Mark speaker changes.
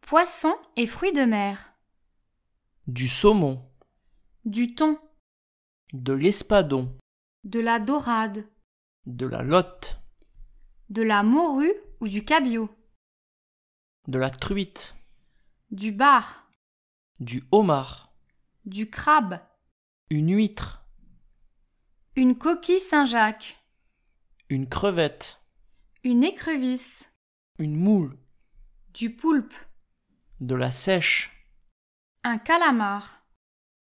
Speaker 1: Poissons et fruits de mer.
Speaker 2: du saumon,
Speaker 1: Du thon.
Speaker 2: de l'espadon,
Speaker 1: De la dorade.
Speaker 2: de la lotte,
Speaker 1: De la morue ou du cabillaud.
Speaker 2: de la truite,
Speaker 1: Du bar.
Speaker 2: du homard,
Speaker 1: Du crabe.
Speaker 2: une huître,
Speaker 1: Une coquille Saint-Jacques.
Speaker 2: une crevette,
Speaker 1: Une écrevisse.
Speaker 2: une moule,
Speaker 1: Du poulpe.
Speaker 2: de la sèche,
Speaker 1: Un calamar.